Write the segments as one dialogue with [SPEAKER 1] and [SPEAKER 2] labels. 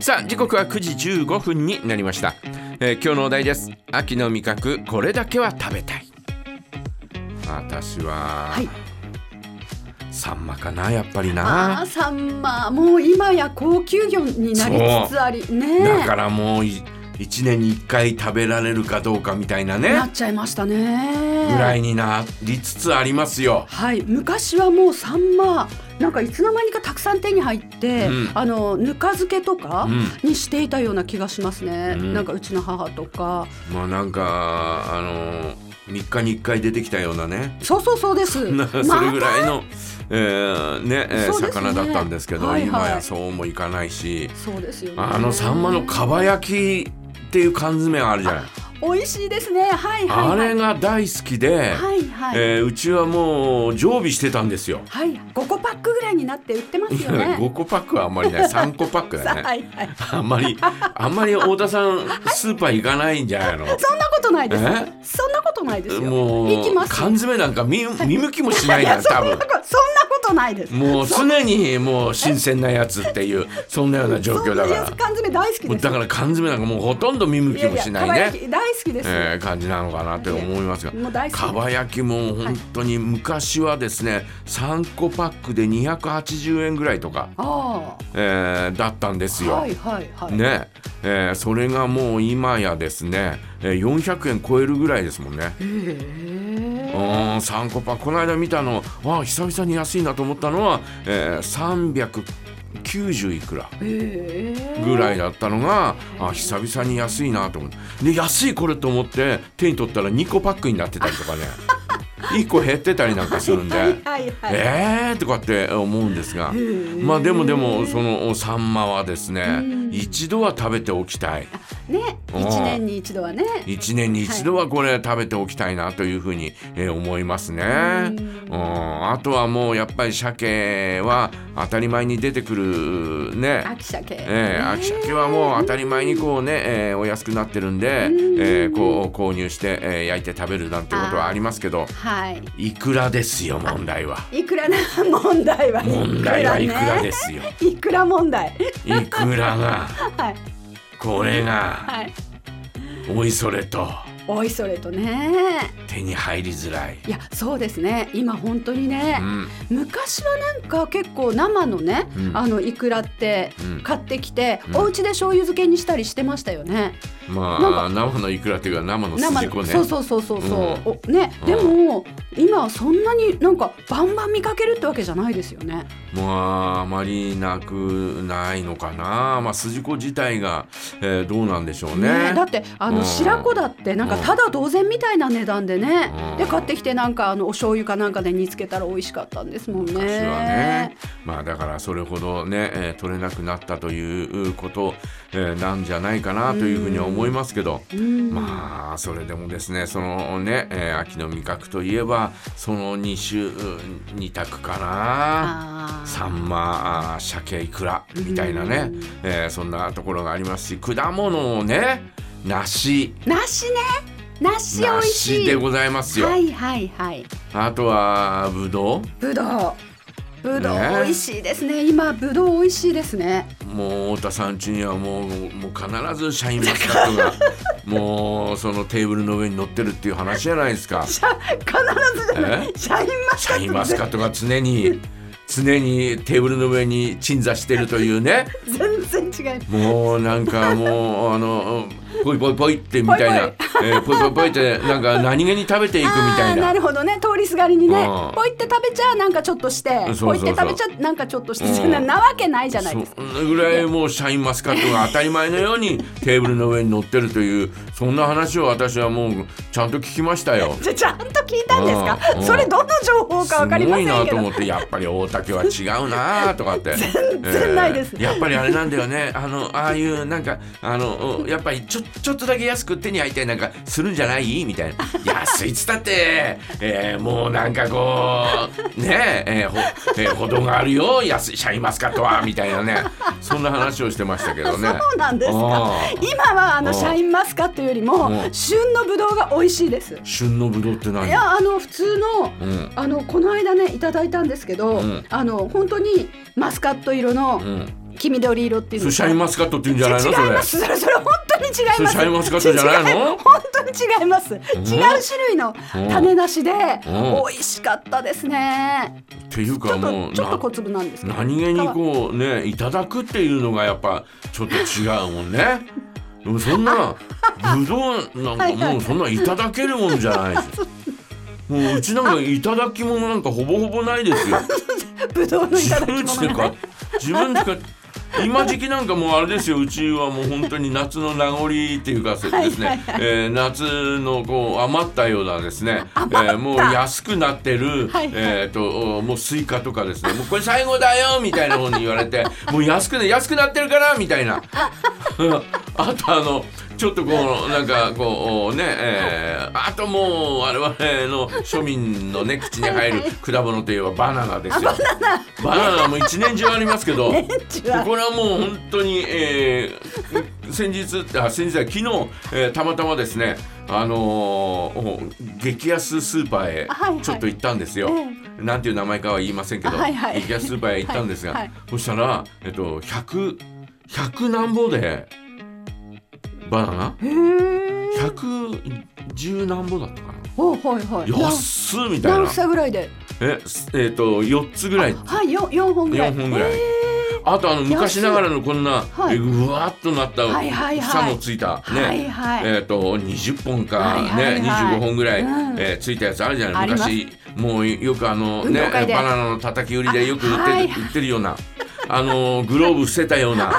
[SPEAKER 1] さあ時刻は9時15分になりました、えー今日のお題です秋の味覚これだけは食べたい私は、
[SPEAKER 2] はい
[SPEAKER 1] サンマかなやっぱり
[SPEAKER 2] あ
[SPEAKER 1] な
[SPEAKER 2] あサンマもう今や高級魚になりつつありね
[SPEAKER 1] だからもうい一年に一回食べられるかどうかみたいな
[SPEAKER 2] な
[SPEAKER 1] ね
[SPEAKER 2] っちゃいましたね
[SPEAKER 1] ぐらいになりつつありますよ
[SPEAKER 2] はい昔はもうサンマなんかいつの間にかたくさん手に入って、
[SPEAKER 1] うん
[SPEAKER 2] あのぬか漬けとか
[SPEAKER 1] う
[SPEAKER 2] にしていたような気がしますね、
[SPEAKER 1] うん
[SPEAKER 2] なんかうちの母とか
[SPEAKER 1] まあなんかあの3日に1回出てきたようなね
[SPEAKER 2] そうそうそうです
[SPEAKER 1] なそれぐらいの、えーねえー
[SPEAKER 2] そうですね
[SPEAKER 1] 魚だったんですけど、
[SPEAKER 2] はいはい
[SPEAKER 1] 今やそうもいかないし
[SPEAKER 2] そうですよね
[SPEAKER 1] あのサンマのかば焼きっていう缶詰あるじゃない
[SPEAKER 2] 美味しいですねはいはい
[SPEAKER 1] あ
[SPEAKER 2] はい
[SPEAKER 1] れが大好きで、
[SPEAKER 2] はいはい、
[SPEAKER 1] えーうちはもう常備してたんですよ。
[SPEAKER 2] はい5個パックぐらいになって売ってます
[SPEAKER 1] いや
[SPEAKER 2] よね
[SPEAKER 1] 5個パックはあんまりない3個パックだ
[SPEAKER 2] さあ
[SPEAKER 1] ね。
[SPEAKER 2] はいはい
[SPEAKER 1] あんまり、あんまり太田さん、スーパー行かないんじゃないの
[SPEAKER 2] そんなことないです
[SPEAKER 1] え
[SPEAKER 2] そんなことないですよ
[SPEAKER 1] も
[SPEAKER 2] 行き
[SPEAKER 1] う、
[SPEAKER 2] ますよ
[SPEAKER 1] 缶詰なんか見見向きもしない
[SPEAKER 2] い
[SPEAKER 1] な、
[SPEAKER 2] やそん
[SPEAKER 1] 多
[SPEAKER 2] な
[SPEAKER 1] 分
[SPEAKER 2] こ。とそんなことないです
[SPEAKER 1] もう常にもう新鮮なやつっていう、そんなような状況だか
[SPEAKER 2] そういう
[SPEAKER 1] ら。
[SPEAKER 2] 缶詰大好き
[SPEAKER 1] もう
[SPEAKER 2] です
[SPEAKER 1] だから缶詰なんかもうほとんど見向きもしない
[SPEAKER 2] いやい
[SPEAKER 1] ね
[SPEAKER 2] やかば。焼き大好きです、
[SPEAKER 1] えー感じなのかなって思いますが
[SPEAKER 2] もう大好きで
[SPEAKER 1] か
[SPEAKER 2] す
[SPEAKER 1] ば焼きも本当に昔はですね3個パックで280円ぐらいとか、
[SPEAKER 2] あ
[SPEAKER 1] えーだったんです
[SPEAKER 2] あ
[SPEAKER 1] よ。
[SPEAKER 2] はいはいはい、
[SPEAKER 1] ねえーそれがもう今やですねえー400円超えるぐらいですもんね。うーん3個パックこの間見たのああ久々に安いなと思ったのは、えー390いくら
[SPEAKER 2] ええ
[SPEAKER 1] ぐらいだったのが、あ久々に安いなと思ってで安いこれと思って手に取ったら2個パックになってたりと かね1個減ってたりなんかするんで。
[SPEAKER 2] はいはいはい、
[SPEAKER 1] えーとかって思うんですが、まあでもでもそのサンマはですね、一度は食べておきたい。
[SPEAKER 2] ね
[SPEAKER 1] うん
[SPEAKER 2] 一年に一度はね
[SPEAKER 1] 一年に一度はこれ食べておきたいなというふうに、えー思いますね。うんあとはもうやっぱり鮭は当たり前に出てくるね。
[SPEAKER 2] 秋鮭、
[SPEAKER 1] えー、秋鮭はもう当たり前にこうね、えーお安くなってるんで、えーこう購入して、えー焼いて食べるなんてことはありますけど
[SPEAKER 2] はい
[SPEAKER 1] いくらですよ問題は。
[SPEAKER 2] いくらな問題はいくらね
[SPEAKER 1] 問題はいくらですよ。
[SPEAKER 2] いくら問題
[SPEAKER 1] いくらが
[SPEAKER 2] はい
[SPEAKER 1] これが
[SPEAKER 2] はい
[SPEAKER 1] おいそれと
[SPEAKER 2] おいそれとね
[SPEAKER 1] 手に入りづらい。
[SPEAKER 2] いやそうですね今本当にね、
[SPEAKER 1] うん
[SPEAKER 2] 昔はなんか結構生のね、
[SPEAKER 1] うん
[SPEAKER 2] あのイクラって
[SPEAKER 1] うん
[SPEAKER 2] 買ってきて、
[SPEAKER 1] うん
[SPEAKER 2] お家で醤油漬けにしたりしてましたよね。
[SPEAKER 1] まあ生のいくらっていうか生の
[SPEAKER 2] 生
[SPEAKER 1] 筋子ね。
[SPEAKER 2] そうそうそうそうそう、
[SPEAKER 1] う
[SPEAKER 2] おね
[SPEAKER 1] うん
[SPEAKER 2] でも、今はそんなになんかバンバン見かけるってわけじゃないですよね。
[SPEAKER 1] まああまりなくないのかな。まあ筋子自体が、えーどうなんでしょうね。
[SPEAKER 2] だってあの、
[SPEAKER 1] うん
[SPEAKER 2] 白子だってなんかただ同然みたいな値段でね、
[SPEAKER 1] うん
[SPEAKER 2] で買ってきてなんかあのお醤油かなんかで煮つけたら美味しかったんですもんね。
[SPEAKER 1] 昔はね、まあだからそれほどね、えー取れなくなったということ、えーなんじゃないかなというふうには思いますけど、
[SPEAKER 2] うん
[SPEAKER 1] まあそれでもですねそのね、えー秋の味覚といえばその2種2択かな。
[SPEAKER 2] あー
[SPEAKER 1] サンマあー鮭いくらみたいなね、えーそんなところがありますし果物をね梨
[SPEAKER 2] 梨ね梨美味し
[SPEAKER 1] 梨
[SPEAKER 2] い。
[SPEAKER 1] でございますよ、
[SPEAKER 2] はいはいはい。
[SPEAKER 1] あとはぶどう
[SPEAKER 2] ぶどう。ぶどう
[SPEAKER 1] ね
[SPEAKER 2] 美味しいですね。今ぶどう美味しいですね。
[SPEAKER 1] もう太田さん家にはもうもう必ずシャインマスカット がもうそのテーブルの上に乗ってるっていう話じゃないですかシ
[SPEAKER 2] シャ必ずじゃない。シャインマスカット。
[SPEAKER 1] ャインマスカットが常に常にテーブルの上に鎮座してるというね
[SPEAKER 2] 全然違う。
[SPEAKER 1] もうなんかもうあのポイポイポイってみたいなえーポイポイポイってなんか何気に食べていくみた
[SPEAKER 2] あ
[SPEAKER 1] い
[SPEAKER 2] ーな
[SPEAKER 1] な。
[SPEAKER 2] るほどね通りすがりにね
[SPEAKER 1] うん
[SPEAKER 2] ポイって食べちゃなんかちょっとして
[SPEAKER 1] そうそう
[SPEAKER 2] ポイって食べちゃなんかちょっとして
[SPEAKER 1] うん
[SPEAKER 2] そんななわけないじゃない
[SPEAKER 1] そ
[SPEAKER 2] ですか
[SPEAKER 1] んなぐらいもうシャインマスカットが当たり前のようにテーブルの上に乗ってるというそんな話を私はもうちゃんと聞きましたよ。
[SPEAKER 2] じゃちゃんと聞いたんですか
[SPEAKER 1] うんうん
[SPEAKER 2] それどの情報かわかりません
[SPEAKER 1] すごいな
[SPEAKER 2] け
[SPEAKER 1] と
[SPEAKER 2] ど
[SPEAKER 1] 思ってやっぱり大竹は違うなとかって全
[SPEAKER 2] 然ないです
[SPEAKER 1] やっぱりあれなんだよねあのああいうなんかあのやっぱりちょちょっとだけ安く手に入ったりなんかするんじゃないみたいな安いっつったって、えーもうなんかこうねえーほえー、ほどがあるよ安いシャインマスカットはみたいなねそんな話をしてましたけどね
[SPEAKER 2] そうなんですか
[SPEAKER 1] あー
[SPEAKER 2] 今はあ
[SPEAKER 1] う
[SPEAKER 2] の
[SPEAKER 1] ん
[SPEAKER 2] シャインマスカットよりも
[SPEAKER 1] うん
[SPEAKER 2] 旬のぶどうが美味しいです
[SPEAKER 1] 旬のぶどうって何
[SPEAKER 2] いやあの普通の、
[SPEAKER 1] うん
[SPEAKER 2] あのこの間ねいただいたんですけど、
[SPEAKER 1] うん
[SPEAKER 2] あの本当にマスカット色の
[SPEAKER 1] うん、
[SPEAKER 2] 黄黄緑色っていう
[SPEAKER 1] それ
[SPEAKER 2] の
[SPEAKER 1] シャインマスカットって言うんじゃないのそ
[SPEAKER 2] 違
[SPEAKER 1] れ
[SPEAKER 2] いますそれそれ本当に違います
[SPEAKER 1] それシャインマスカットじゃないの
[SPEAKER 2] 違本当に違います違う種類の種なしで
[SPEAKER 1] うん
[SPEAKER 2] 美味しかったですね
[SPEAKER 1] っていう
[SPEAKER 2] ちょ
[SPEAKER 1] か
[SPEAKER 2] っ
[SPEAKER 1] も
[SPEAKER 2] と
[SPEAKER 1] う
[SPEAKER 2] ちょっと
[SPEAKER 1] な
[SPEAKER 2] 小粒なんですけど
[SPEAKER 1] 何気にこうねいただくっていうのがやっぱちょっと違うもんねでもそんなぶどうなんかもうそんないただけるもんじゃ ないしもううちなんかいただき物なんかほぼほぼないですよ
[SPEAKER 2] ぶどうのい
[SPEAKER 1] 自
[SPEAKER 2] ただき
[SPEAKER 1] 分ち
[SPEAKER 2] 物
[SPEAKER 1] で
[SPEAKER 2] が
[SPEAKER 1] 買
[SPEAKER 2] ね
[SPEAKER 1] っ自分で買っ今時期なんかもうあれですようちはもう本当に夏の名残っていうかそうですね、えー夏のこう余ったようなですね、えーもう安くなってる、
[SPEAKER 2] はいはい
[SPEAKER 1] えーとおもうスイカとかですねもうこれ最後だよみたいな方に言われ てもう安くな安くなってるからみたいな あとあのちょっとこうなんかこうね、えーあともう我々の庶民のね口に入る果物といえばバナナですよ。バナナも一年中ありますけ ど
[SPEAKER 2] 年中は
[SPEAKER 1] これはもう本当に、えー先日あ先日は昨日、えーたまたまですねあのー激安スーパーへ
[SPEAKER 2] はいはい
[SPEAKER 1] ちょっと行ったんですよ、
[SPEAKER 2] え
[SPEAKER 1] なんていう名前かは言いませんけど、
[SPEAKER 2] はいはい
[SPEAKER 1] 激安スーパーへ行ったんですが、
[SPEAKER 2] はいはい
[SPEAKER 1] そしたら、えっと、100, 100何ぼでバナナ
[SPEAKER 2] へー
[SPEAKER 1] 110何ぼだったかな
[SPEAKER 2] おはいはい
[SPEAKER 1] 安っみたい
[SPEAKER 2] 何
[SPEAKER 1] な
[SPEAKER 2] 房ぐらいで
[SPEAKER 1] ええっと4つぐらい
[SPEAKER 2] はい四四本ぐらい
[SPEAKER 1] 4本ぐらい
[SPEAKER 2] へー
[SPEAKER 1] あとあの昔ながらのこんな、
[SPEAKER 2] 安いはい
[SPEAKER 1] えうわーっとなった
[SPEAKER 2] はいはいはい
[SPEAKER 1] 房のついた、ね
[SPEAKER 2] はいはい
[SPEAKER 1] えっ、と20本か、
[SPEAKER 2] はいはいはい
[SPEAKER 1] ね25本ぐらい、
[SPEAKER 2] うん
[SPEAKER 1] えーついたやつあるじゃない
[SPEAKER 2] あります
[SPEAKER 1] 昔もうよくあの
[SPEAKER 2] 運
[SPEAKER 1] ね
[SPEAKER 2] 動会で
[SPEAKER 1] バナナのたたき売りでよく売って,、
[SPEAKER 2] あはい
[SPEAKER 1] 売ってるようなあのグローブ伏せた ような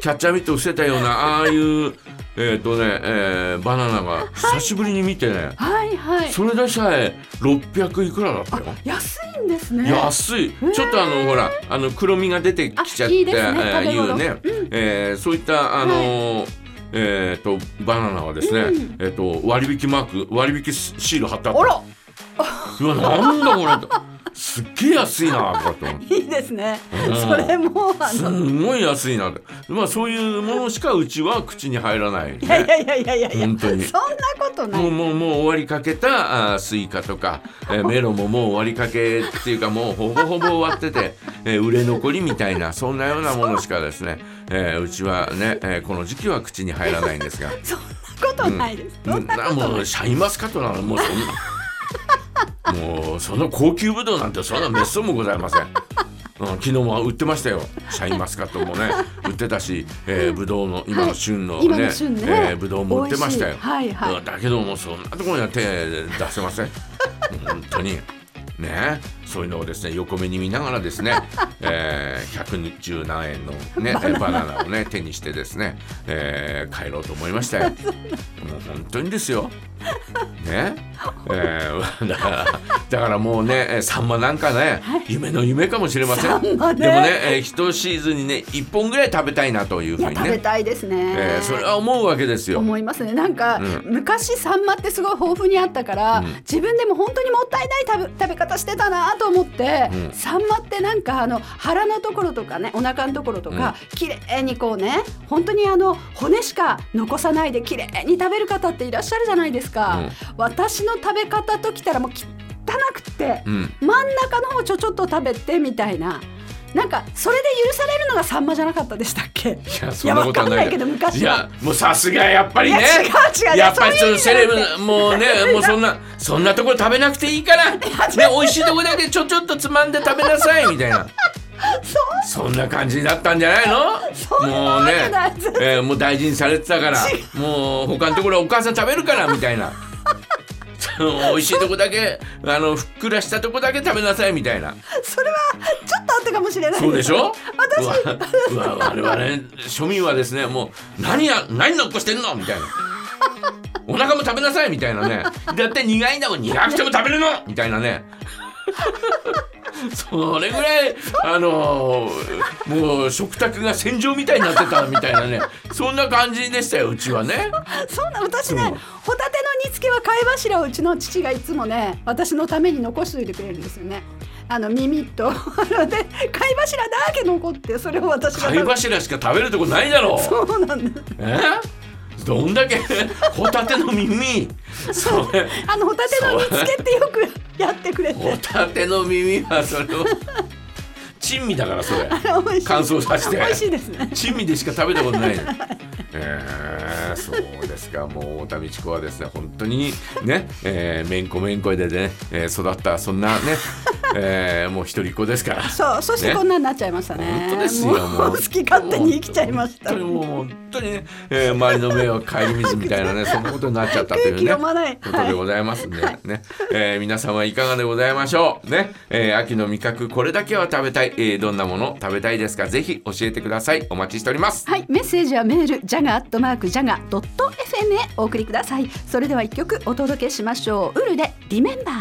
[SPEAKER 1] キャッチャーミット伏せたようなああいうえっ、とね、えーバナナが久しぶりに見てね、
[SPEAKER 2] はいはい
[SPEAKER 1] それでさえ600いくらだったよ。
[SPEAKER 2] 安いんですね
[SPEAKER 1] 安い、ちょっとあのほらあの黒みが出てきちゃって
[SPEAKER 2] あいいですね
[SPEAKER 1] えー
[SPEAKER 2] 食べ
[SPEAKER 1] いう
[SPEAKER 2] 頃
[SPEAKER 1] ね、えーそういったあのーえっ、とバナナはですね、
[SPEAKER 2] うん
[SPEAKER 1] えっ、と割引マーク割引シール貼ってあった
[SPEAKER 2] あら
[SPEAKER 1] うわなんだこれとすっげえ安いなこれと思って
[SPEAKER 2] いいですね
[SPEAKER 1] うん
[SPEAKER 2] それもあ
[SPEAKER 1] す
[SPEAKER 2] の
[SPEAKER 1] んごい安いなってまあそういうものしかうちは口に入らない、ね、
[SPEAKER 2] いやいやいやいやいやいや
[SPEAKER 1] 本当に
[SPEAKER 2] そんなことない
[SPEAKER 1] もうもうもう終わりかけたあースイカとか、 えーメロンももう終わりかけっていうかもうほぼほぼ終わってて、えー売れ残りみたいなそんなようなものしかですね、えーうちはね、えーこの時期は口に入らないんですが
[SPEAKER 2] そんなことないです。そんな
[SPEAKER 1] なもうシャインマスカットなのもうそんな もうその高級ぶどうなんてそんなめっそうもございません。うん、昨日も売ってましたよシャインマスカットも ね売ってたし、えー、ぶどうの今の旬のね,、
[SPEAKER 2] 今の旬ね
[SPEAKER 1] えー、ぶどうも売ってましたよ。
[SPEAKER 2] 美味しいはいはい
[SPEAKER 1] うんだけどもうそんなところには手出せま せん本当にねそういうのをですね横目に見ながらです ね、えー、110何円の、ね、バナバナナをね手にしてですね、えー帰ろうと思いま したよ。もう本当にですよ。 ね、えー、 だからだからもうね、えーサンマなんかね、夢の夢かもしれません。
[SPEAKER 2] サンマね
[SPEAKER 1] でもね、えー一シーズンにね一本ぐらい食べたいなというふ
[SPEAKER 2] いうや
[SPEAKER 1] に
[SPEAKER 2] 食べ
[SPEAKER 1] ね、
[SPEAKER 2] たいですね。
[SPEAKER 1] えーそれは思うわけですよ。
[SPEAKER 2] 思いますねなんか、
[SPEAKER 1] う
[SPEAKER 2] 昔サンマってすごい豊富にあったから、
[SPEAKER 1] うん
[SPEAKER 2] 自分でも本当にもったいない食べ食べ方してたなと思って、
[SPEAKER 1] うん
[SPEAKER 2] サンマってなんかあの腹のところとかねお腹のところとか、綺麗にこうね本当にあの骨しか残さないで綺麗に食べる方っていらっしゃるじゃないですか、
[SPEAKER 1] うん
[SPEAKER 2] 私の食べ方ときたらもう汚くって
[SPEAKER 1] う、ん、
[SPEAKER 2] 真ん中の方ちょちょっと食べてみたいななんかそれで許されるのがサンマじゃなかったでしたっけい
[SPEAKER 1] いやそんなことは
[SPEAKER 2] わかん
[SPEAKER 1] な
[SPEAKER 2] ないいけど昔
[SPEAKER 1] い
[SPEAKER 2] は
[SPEAKER 1] やもうさすがやっぱりね
[SPEAKER 2] いや違う違う
[SPEAKER 1] やっぱりち
[SPEAKER 2] そう
[SPEAKER 1] ょ
[SPEAKER 2] い
[SPEAKER 1] っ
[SPEAKER 2] う
[SPEAKER 1] と
[SPEAKER 2] 意味
[SPEAKER 1] セレブ
[SPEAKER 2] じゃな
[SPEAKER 1] もうね もうそんなそんなところ食べなくていいからね美味しいとこだけちょちょっとつまんで食べなさいみたいなそんな感じだったんじゃない
[SPEAKER 2] そ
[SPEAKER 1] の
[SPEAKER 2] んな
[SPEAKER 1] もう
[SPEAKER 2] わ
[SPEAKER 1] ね
[SPEAKER 2] けない、
[SPEAKER 1] えーもう大事にされてたからもう他のところお母さん食べるからみた いなその美味しいとこだけあのふっくらしたとこだけ食べなさいみたいな
[SPEAKER 2] それはちょっとあったかもしれない
[SPEAKER 1] そうでしょ
[SPEAKER 2] 私
[SPEAKER 1] うわうわ我々庶民はですねもう何や何残してんのみたいなお腹も食べなさいみたいなねだって苦いんだもん苦くても食べるのみたいなね それぐらいあのもう食卓が戦場みたいになってたみたいなねそんな感じでしたようちはね
[SPEAKER 2] そんな私ね
[SPEAKER 1] そう
[SPEAKER 2] ホタテの煮付けは貝柱をうちの父がいつもね私のために残しといてくれるんですよねあの耳とあので貝柱だけ残ってそれを私が
[SPEAKER 1] 貝柱しか食べるとこないだろう
[SPEAKER 2] そうなんです
[SPEAKER 1] えどんだけホタテの耳それ
[SPEAKER 2] あのホタテの煮付けってよくやってくれて
[SPEAKER 1] ホタテの耳はそれを 珍味だからそ れ
[SPEAKER 2] あ美味しい
[SPEAKER 1] 乾燥させて
[SPEAKER 2] 美味しいですね
[SPEAKER 1] 珍味でしか食べたこと ないえー、そうですかもう太田美智子はですね本当にね、えー、めんこめんこでね、えー、育ったそんな ね、えー、もう一人っ子ですから
[SPEAKER 2] そうそして
[SPEAKER 1] ね
[SPEAKER 2] こんなになっちゃいましたね
[SPEAKER 1] 本当ですよ
[SPEAKER 2] も
[SPEAKER 1] も
[SPEAKER 2] う
[SPEAKER 1] う
[SPEAKER 2] 好き勝手に生きちゃいました
[SPEAKER 1] 本当にもう本当にね、えー、周りの目を顧みずみたいな ねそんなことになっちゃったというね
[SPEAKER 2] 空気読まない
[SPEAKER 1] ことでございますんで、ね、えー皆さんはいかがでございましょうね、えー秋の味覚これだけは食べたい、えーどんなもの食べたいですかぜひ教えてくださいお待ちしております
[SPEAKER 2] はい、メッセージはメールジャガアットマークジャガドット FM へお送りください。それでは一曲お届けしましょう。ウルでリメンバー。